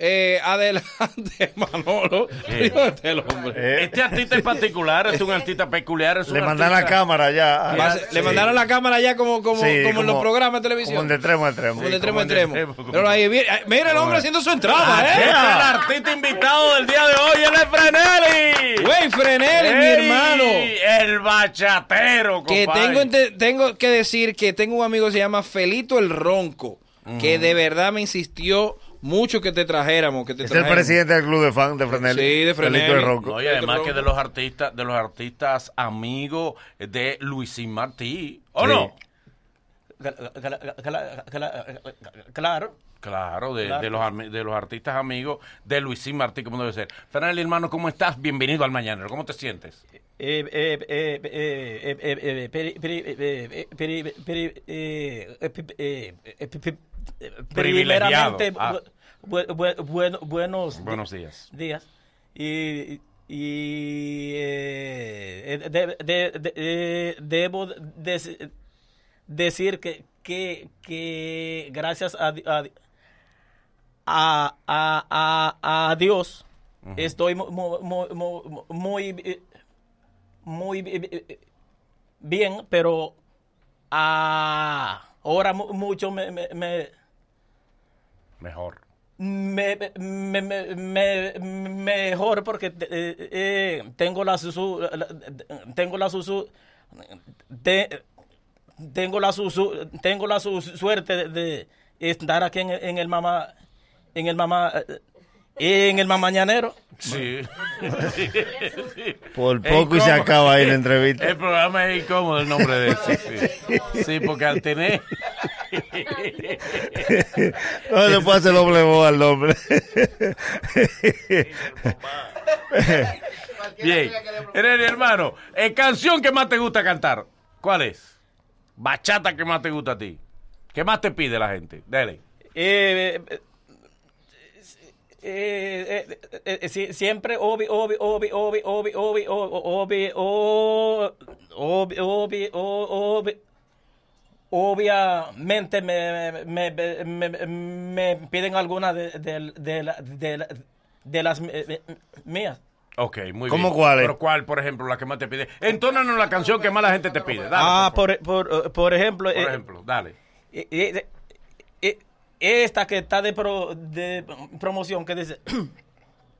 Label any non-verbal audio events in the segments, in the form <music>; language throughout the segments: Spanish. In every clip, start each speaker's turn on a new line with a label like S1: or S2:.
S1: Eh, adelante, <laughs> Manolo. Ríete el hombre.
S2: Eh,
S3: Este artista en particular es un artista peculiar. Es un
S2: le mandan la
S3: artista-
S2: cámara ya.
S1: Va a ser- Le mandaron la cámara ya como, como,
S2: Sí,
S1: como en los programas de televisión.
S2: Como de extremo a extremo.
S1: Como de
S2: Sí,
S1: extremo a
S3: como de
S1: extremo.
S3: extremo, como-
S1: Pero ahí, mira, mira el hombre haciendo su
S2: Ah,
S1: entrada,
S3: Este es el
S1: ¿eh?
S3: artista invitado del día de hoy, él es Frenelli.
S1: Güey, Frenelli, mi
S3: Ey,
S1: hermano.
S3: El bachatero,
S1: Que
S3: compadre.
S1: tengo, ente- tengo que decir que tengo un amigo que se llama Felito el Ronco, que de verdad me insistió mucho que te trajéramos. Que te
S2: Es el
S1: trajéramos.
S2: presidente del club de fan de Frenelli.
S1: Sí, de Frenelli.
S2: Felito del Ronco.
S3: No, y además que de los artistas, de los artistas amigos de Luisín Martí. ¿O
S2: Sí.
S3: no? Claro. Claro, de, de los, ami- de los artistas amigos de Luisín Martí, como debe ser. Fernando, hermano, ¿cómo estás? Bienvenido al Mañanero. ¿Cómo te sientes?
S4: Eh, eh, eh, eh, eh, eh, eh, peri- peri- eh, eh, peri- peri- eh, eh, pi- eh, eh, pi- pi- eh,
S3: Privilegiado.
S4: primeramente,
S3: Ah.
S4: bu- bu- bueno- buenos
S3: Buenos
S4: di-
S3: días.
S4: días. Y, y, eh, eh, de- de- de- eh, debo des- decir que, que, que gracias a, di- a, di- a, a- a- a Dios estoy mu- mu- mu- mu- muy, eh, muy, eh, eh, bien, pero ah, ahora mu- mucho me- me- me,
S3: Mejor.
S4: me, me, me- me- mejor porque te- eh, eh, tengo la susu, la- la- tengo la susu, te- tengo la susu, tengo la su- suerte de, de estar aquí en, en el mamá, en el mamá, eh, en el mamañanero.
S3: Sí.
S2: Por
S3: Es
S2: poco y se
S3: incómodo.
S2: acaba ahí la entrevista.
S1: Eh,
S3: El programa es incómodo el nombre de eso. Sí, Sí, porque al tener.
S2: No se puede hacer doble voz al nombre.
S3: Bien. Ereni, hermano, eh, canción que más te gusta cantar. ¿Cuál es? Bachata que más te gusta a ti. ¿Qué más te pide la gente? Dale.
S4: Eh, eh, eh, eh, eh, eh, si- siempre obi obi obi obi obi obi obi obi o- obi obi o- obi obviamente me me, me, me- me piden alguna de, de- de la- de la- de las eh, eh, mías
S3: Ok, muy
S2: ¿Cómo
S3: bien.
S2: cuál es?
S3: ¿Pero cuál, por ejemplo, la que más te pide? Entónanos la canción que más la gente te pide. Dale,
S4: ah
S3: por, favor.
S4: por, por, por ejemplo
S3: Por
S4: eh,
S3: ejemplo, dale.
S4: eh, eh, eh, esta que está de, pro- de promoción que dice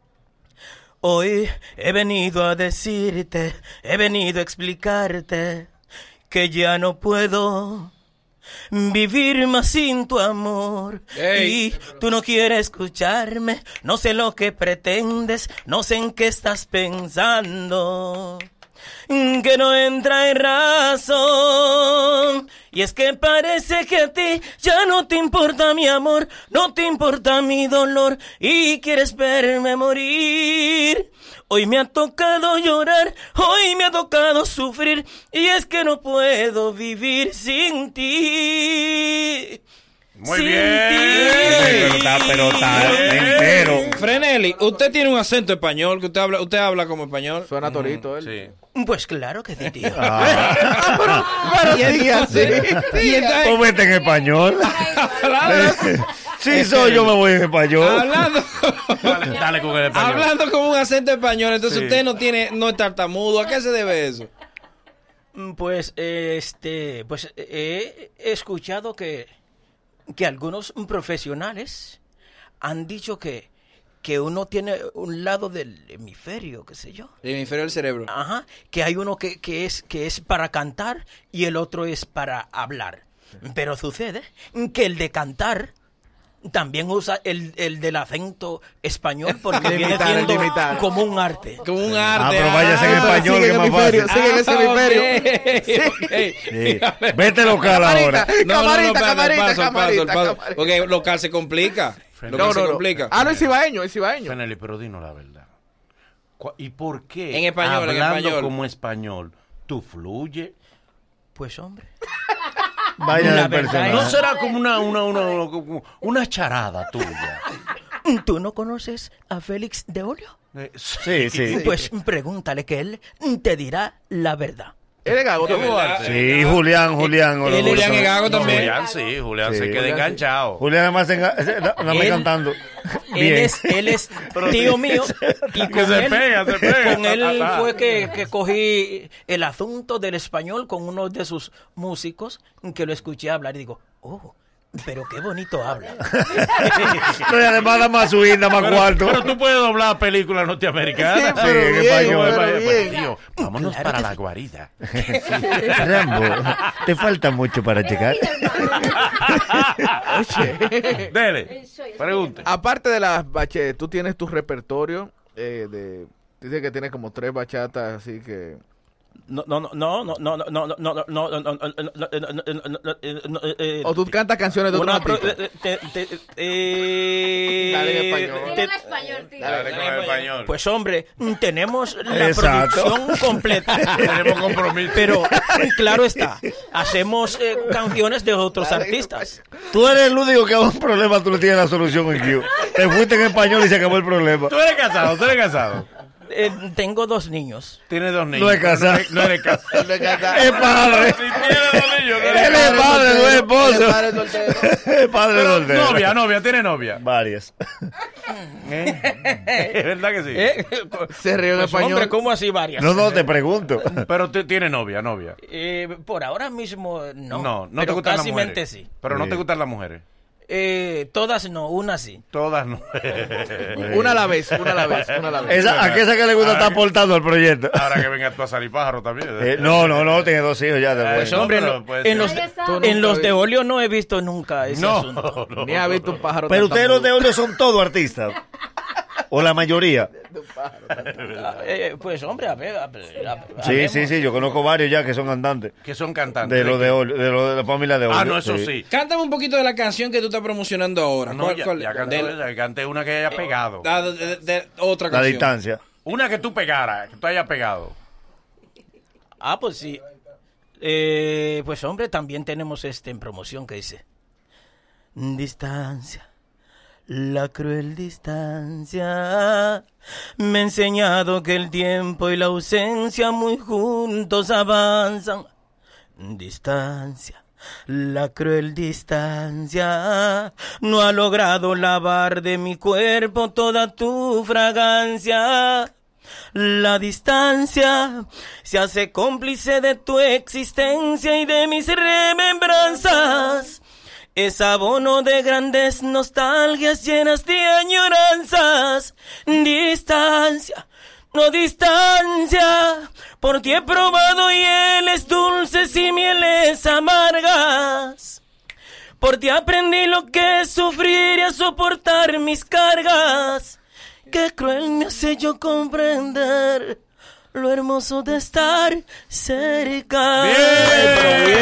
S4: <clears throat> hoy he venido a decirte he venido a explicarte que ya no puedo Vivir más sin tu amor
S1: Ey.
S4: y tú no quieres escucharme, no sé lo que pretendes, no sé en qué estás pensando que no entra en razón. Y es que parece que a ti ya no te importa mi amor, no te importa mi dolor y quieres verme morir. Hoy me ha tocado llorar, hoy me ha tocado sufrir y es que no puedo vivir sin ti.
S3: Muy
S4: Sin
S3: bien.
S4: ti.
S2: Pero está, pero está entero.
S1: Frenelli, usted tiene un acento español, que usted habla, usted habla como español.
S5: Suena torito él.
S3: Sí.
S4: Pues claro que sí, tío.
S2: Ah.
S1: Ah.
S2: <laughs>
S1: Y entonces- y entonces-
S2: Tú vete en español.
S1: hablando,
S5: <laughs>
S2: <laughs> Sí, soy yo, me voy en español.
S1: hablando,
S3: Dale, dale con el español.
S1: hablando con un acento español, entonces
S3: Sí.
S1: usted no tiene, no es tartamudo, ¿a qué se debe eso?
S4: Mm, Pues este, pues eh, he escuchado que que algunos profesionales han dicho que que uno tiene un lado del hemisferio, qué sé yo.
S1: El hemisferio del cerebro.
S4: Ajá, que hay uno que, que es que es para cantar y el otro es para hablar. Pero sucede que el de cantar también usa el, el del acento español porque
S5: De
S4: viene
S5: imitar, el de
S4: siendo
S5: imitar.
S4: como un arte.
S1: Como un
S2: Ah,
S1: arte. ah,
S2: pero váyase en
S5: Ah, pero
S2: español,
S5: sigue
S2: que
S5: en
S2: más
S5: hemisferio,
S2: fácil.
S5: sigue en ese hemisferio.
S1: ok, ok.
S2: Sí. Vete local ahora.
S1: No, no, no,
S5: Camarita,
S1: paso,
S5: camarita,
S1: paso, paso,
S5: camarita,
S1: paso.
S5: camarita.
S1: Porque local se complica. Local
S5: No,
S1: se
S5: no, no.
S1: complica.
S5: Ah, no, es ibaeño, es ibaeño.
S3: Fenelli, pero dinos la verdad. Cu- ¿Y por qué?
S1: En español, en
S3: Hablando
S1: español.
S3: como español, tú fluye.
S4: Pues hombre.
S2: Vaya
S4: La
S2: de
S4: verdad
S3: No
S2: personaje.
S3: será como una, una, una, una, como una charada tuya.
S4: ¿Tú no conoces a Félix de Olio?
S3: Eh,
S2: Sí, sí.
S4: Pues pregúntale que él te dirá la verdad.
S5: Es de Gago también.
S1: verdad.
S2: Sí, Julián, Julián.
S1: Él,
S2: Orgullo.
S1: Eh, Julián y Gago
S3: No,
S1: también.
S3: Julián sí, Julián
S2: Sí.
S3: se queda
S2: Julián sí.
S3: enganchado.
S2: Julián además tenga, <laughs> no me
S4: Él-
S2: cantando.
S4: Él
S2: Bien.
S4: es, él es tío mío. Y con
S3: se
S4: él,
S3: pega, se pega.
S4: con
S3: Ta,
S4: él
S3: ta, ta.
S4: fue que, que cogí el asunto del español con uno de sus músicos que lo escuché hablar y digo, oh, pero qué bonito habla.
S2: No, y además da más subida, da más
S3: Pero,
S2: cuarto.
S3: pero tú puedes doblar películas norteamericanas.
S2: Sí, pero
S3: que
S2: bien,
S3: paño,
S2: pero
S3: paño,
S5: bien.
S3: tío, vámonos
S4: Claro
S3: para
S4: que
S3: la
S4: sí.
S3: guarida.
S2: Rambo, te falta mucho para llegar.
S3: Dele, pregunte.
S5: Aparte de las bachetas, tú tienes tu repertorio eh, de... Dice que tienes como tres bachatas, así que...
S4: No, no, no, no, no, no, no, no, no, no, no, no, no, no, no, no, no, no, eh, no, eh,
S5: O tú cantas canciones de otros
S4: una pro-
S5: artistas. <laughs>
S4: eh, te- te- eh,
S5: Dale en español.
S4: te-
S6: español, tío.
S5: Dale,
S3: con el español.
S4: Pues hombre, tenemos la
S2: Exacto.
S4: producción completa.
S3: <laughs> Tenemos compromiso.
S4: Pero claro está, hacemos eh, canciones de otros artistas.
S5: pues.
S2: Tú eres el único que a un problema tú le tienes la solución en Q. Te fuiste en español y se acabó el problema.
S3: Tú eres casado, tú eres casado.
S4: Eh, tengo dos niños.
S3: Tienes dos niños.
S2: No es casado.
S3: No eres- No eres
S2: <laughs>
S3: casado.
S5: Él no es cantante.
S2: Es padre.
S3: Si tienes dos niños, no
S2: Él
S3: eres
S2: es padre, no es
S5: Él es
S2: esposo.
S5: padre
S2: <laughs>
S5: soltero.
S2: Es padre
S3: casado.
S2: soltero.
S3: Novia, novia, tiene novia.
S2: Varias.
S3: Es verdad que sí.
S4: Eh,
S5: Se rió en
S4: pues, hombre,
S5: español.
S4: ¿cómo así varias?
S2: No, no, te pregunto.
S3: Pero tú tiene novia, novia.
S4: Eh, por ahora mismo eh, no.
S3: No, no, te
S4: pero
S3: gustan las
S4: casi
S3: mujeres.
S4: mente sí.
S3: Pero no
S2: Sí.
S3: te gustan las mujeres.
S4: Eh, todas no, una sí.
S3: Todas
S4: <laughs>
S3: no.
S5: Una a la vez, una a la vez, una a la vez.
S2: Esa, ¿A qué esa que le gusta estar aportando al proyecto?
S3: Ahora que venga tú a salir pájaro también.
S2: Eh, no, no, no, tiene dos hijos ya.
S3: Eh,
S2: Después.
S4: Pues hombre,
S3: pero
S4: no,
S3: puede
S4: en, los,
S3: ser.
S6: Nadie
S4: en los
S5: sabe.
S4: de Olio no he visto nunca ese
S3: No, <laughs>
S4: asunto.
S3: no.
S5: Ni ha visto un pájaro.
S2: Pero ustedes los de
S5: tartamudo.
S2: Olio son todos artistas. O la mayoría.
S4: Ah, eh, pues hombre, a ver. a ver, a-
S2: Sí,
S4: hablemos.
S2: sí, sí, yo conozco varios ya que son andantes.
S3: Que son cantantes.
S2: De los de Olio, de los de la familia de Olio.
S3: Ah, no, eso sí.
S1: Cántame un poquito de la canción que tú estás promocionando ahora.
S3: No,
S1: ¿Cuál-
S3: ya,
S1: cuál-
S3: ya
S1: de-
S3: canté, ya canté una que haya pegado.
S1: la- de- de- de- otra
S2: La
S1: canción.
S2: distancia.
S3: Una que tú pegaras, que tú hayas pegado.
S4: Ah, pues sí. Eh, pues hombre, también tenemos este en promoción que dice. Distancia. La cruel distancia me ha enseñado que el tiempo y la ausencia muy juntos avanzan. Distancia, la cruel distancia no ha logrado lavar de mi cuerpo toda tu fragancia. La distancia se hace cómplice de tu existencia y de mis remembranzas. Es abono de grandes nostalgias llenas de añoranzas. Distancia, no distancia, por ti he probado hieles dulces y mieles amargas. Por ti aprendí lo que es sufrir y a soportar mis cargas. Qué cruel me hace yo comprender lo hermoso de estar cerca.
S3: Bien,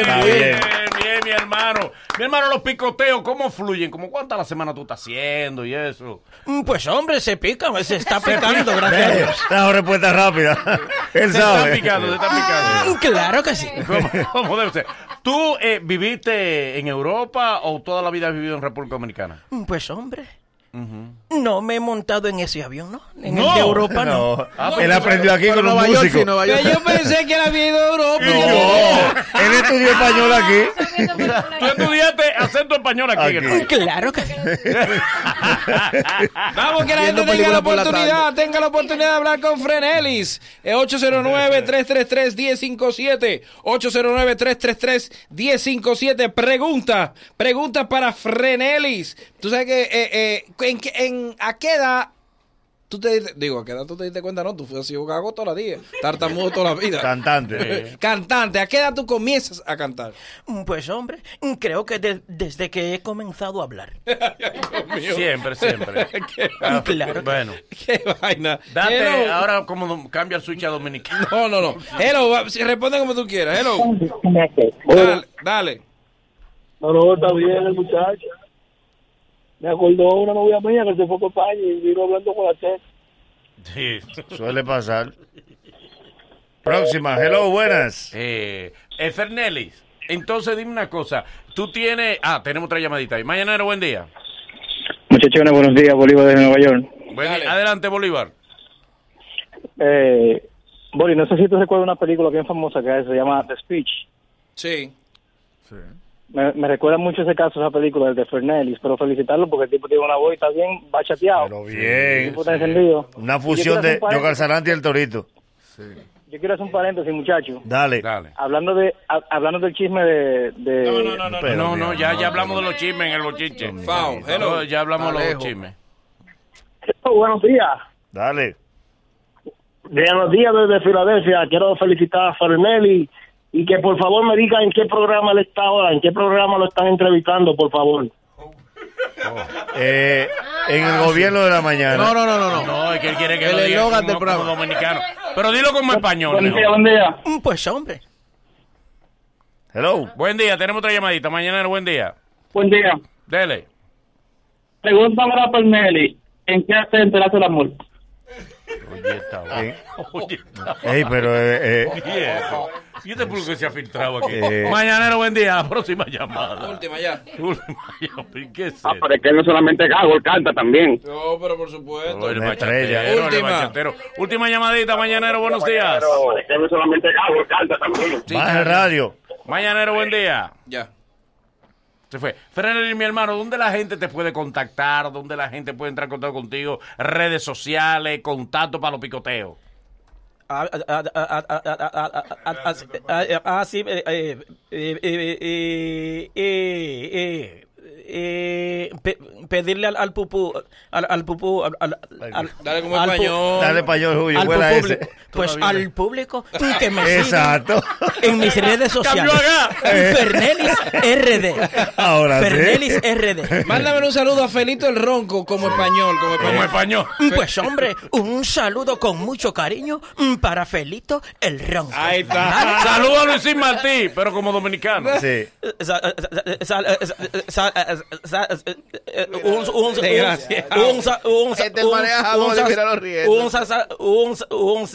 S2: Está
S3: bien, bien,
S2: bien.
S3: bien, mi hermano. Mi hermano, los picoteos, ¿cómo fluyen? ¿Cómo cuánta la semana tú estás haciendo y eso?
S4: Mm, Pues hombre, se pica, se está picando, gracias a
S2: Eh,
S4: Dios.
S2: <laughs> La respuesta rápida. <laughs> Él
S3: Se está
S2: sabe.
S3: picando, se está picando.
S4: Mm, Claro que sí.
S3: <laughs> ¿Cómo, cómo debe ser? ¿Tú eh, viviste en Europa o toda la vida has vivido en República Dominicana?
S4: Mm, Pues hombre, no me he montado en ese avión, ¿no? En
S3: No.
S4: el de Europa, no.
S2: No,
S3: Ah,
S2: él
S3: pero-
S2: aprendió aquí
S5: Pero
S2: con los
S5: Nueva York, sí,
S2: músicos.
S5: Nueva
S1: Que
S5: York.
S1: yo pensé que era bien de Europa.
S3: Y
S2: No, él estudió español aquí.
S3: Tú estudiaste acento español aquí.
S2: Aquí.
S3: en
S4: Mm,
S3: el país.
S4: Claro que sí.
S1: Vamos, que la
S5: Viendo
S1: gente tenga la
S5: película por la
S1: oportunidad, tenga la oportunidad de hablar con Frenelis. Eh, 809-333-1057. 809-333-1057. Pregunta, pregunta para Frenelis. Tú sabes que, eh, eh, en, qué- en- ¿a qué edad? Tú te diste- digo, ¿a qué edad tú te diste cuenta? No, tú has sido gago toda la vida, tartamudo toda la vida.
S2: Cantante.
S1: <laughs> Cantante, ¿a qué edad tú comienzas a cantar? <laughs>
S4: Mm, Pues hombre, mm, creo que de- desde que he comenzado a hablar.
S3: Siempre, siempre. Ah,
S4: Claro.
S3: Bueno,
S1: Qué vaina.
S3: date
S1: Hello.
S3: ahora como dom- cambia el switch a
S2: <laughs>
S3: dominicano.
S1: No, no, no. Hello, va- si- responde como tú quieras. Hello.
S7: Oye,
S1: Dale, dale.
S7: no, no, está bien el muchacho. Me acordó una novia mía que se fue para España y vino hablando con la teta.
S3: Sí.
S2: Suele pasar. Próxima. Hello, buenas.
S3: Eh, eh, Fernelis, entonces dime una cosa. Tú tienes. Ah, tenemos otra llamadita ahí. Mañanero, buen día.
S7: Muchachones, buenos días, Bolívar desde Nueva York.
S3: Buen
S1: Dale.
S3: día. Adelante, Bolívar.
S7: Eh, Bori, no sé si tú recuerdas una película bien famosa que se llama The Speech.
S1: Sí.
S5: Sí.
S7: Me, me recuerda mucho ese caso, esa película, el de Fernelis, pero felicitarlo porque el tipo tiene una voz y está bien bachateado.
S2: Pero
S7: el
S2: bien.
S7: tipo está encendido.
S2: Una
S7: Yo
S2: fusión
S7: quiero
S2: de
S7: hacer un
S2: Jogar
S7: paréntesis-
S2: Sarante y el Torito.
S7: Yo quiero hacer un paréntesis, muchachos.
S2: Dale.
S3: Dale.
S7: Hablando de ha- hablando del chisme de... de-
S1: No, no, no, no.
S2: Pero
S3: no, no,
S2: Dios,
S3: ya,
S2: no,
S3: ya hablamos de los chismes en el bochinche.
S1: Fao, hello.
S3: No, ya hablamos de los
S5: Alejo.
S3: chismes.
S7: Buenos días.
S2: Dale.
S7: Buenos días desde Filadelfia. Quiero felicitar a Farinelli y que por favor me diga en qué programa él está ahora, en qué programa lo están entrevistando, por favor.
S2: Eh, en el gobierno de la mañana.
S5: No, <laughs> no, no, no, no.
S3: No, es que él quiere que
S5: El
S3: lo diga
S5: eslogan
S3: como-
S5: del programa.
S3: como dominicano. Pero dilo como español.
S7: Buen
S3: mejor.
S7: día, buen día.
S4: Mm, Pues hombre.
S2: Hello.
S3: Buen día, tenemos otra llamadita. Mañana buen día.
S7: Buen día.
S3: Dele.
S7: Pregunta para Pernelli, ¿en qué acento le hace el amor?
S3: Oye, esta voz.
S2: Eh,
S3: <laughs> Oye, <laughs> esta voz.
S2: Ey, pero eh, eh,
S3: Y esto. Y este público que se ha filtrado aquí.
S2: Eh.
S3: Mañanero, buen día. Próxima llamada.
S1: Última ya.
S3: Última llamada. ¿Qué es
S6: Ah,
S3: esto?
S6: pero es que él no solamente cago, él canta también.
S1: No, pero por
S3: Oh,
S1: supuesto.
S3: el
S2: Una
S3: bachatero,
S2: estrella.
S3: el
S1: Última.
S3: bachatero. Última llamadita, mañanero, buenos días.
S6: Es que él no solamente cago, él canta también.
S3: Sí,
S2: baja
S3: está
S2: el
S3: bien.
S2: radio.
S3: Mañanero, buen día.
S1: Ya.
S3: Se fue. Frenel, mi hermano, ¿dónde la gente te puede contactar? ¿Dónde la gente puede entrar en contacto contigo? Redes sociales, contacto para los picoteos.
S4: Ah, ah, ah, ah, ah, ah, ah, ah, ah, ah, ah, ah, ah, sí, eh, eh, eh, eh, eh, eh, eh, pe- pedirle al, al pupú, al, al pupú, al, al, al-
S1: Dale como
S4: al pu-
S1: español.
S2: Dale pa' yo, Julio.
S4: al
S2: Huela
S4: público,
S2: ese.
S4: pues al público que me siga
S2: Exacto. <laughs> Eh.
S4: en mis redes
S3: Cambió
S4: sociales.
S3: acá.
S4: Fernelis RD.
S2: Ahora sí.
S4: Fernelis RD.
S1: Mándame un saludo a Felito el Ronco como español, como
S3: Como
S1: español.
S3: español.
S4: Pues hombre, un saludo con mucho cariño mm, para Felito el Ronco.
S1: Ahí está.
S3: <laughs> Saludos a Luisín Martí, pero como dominicano.
S2: Sí.
S4: Sa- sa- sa- sa- un un-
S1: Desgraciado.
S4: un- sa- un-
S5: Este
S4: un-
S5: maneja jabón
S4: un-
S5: y míralo riendo.
S4: un- sa- un- un-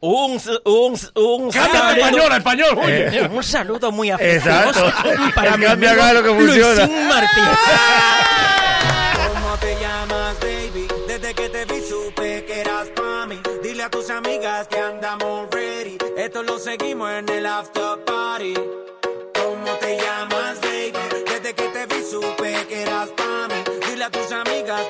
S4: un- un- un-
S3: Cállate,
S4: saludo-
S3: español, español, oye.
S4: un saludo muy
S2: Eh. Exacto.
S4: afectuoso para
S2: El
S4: mi
S2: cambio
S4: amigo
S2: acá es lo que funciona.
S4: Luisín Martí.
S8: ¿Cómo te llamas, baby? Desde que te vi supe que eras pa' mí. Dile a tus amigas que andamos ready. Esto lo seguimos en el after party. ¿Cómo te llamas, baby? Desde que te vi supe que eras pa' mí. Dile a tus amigas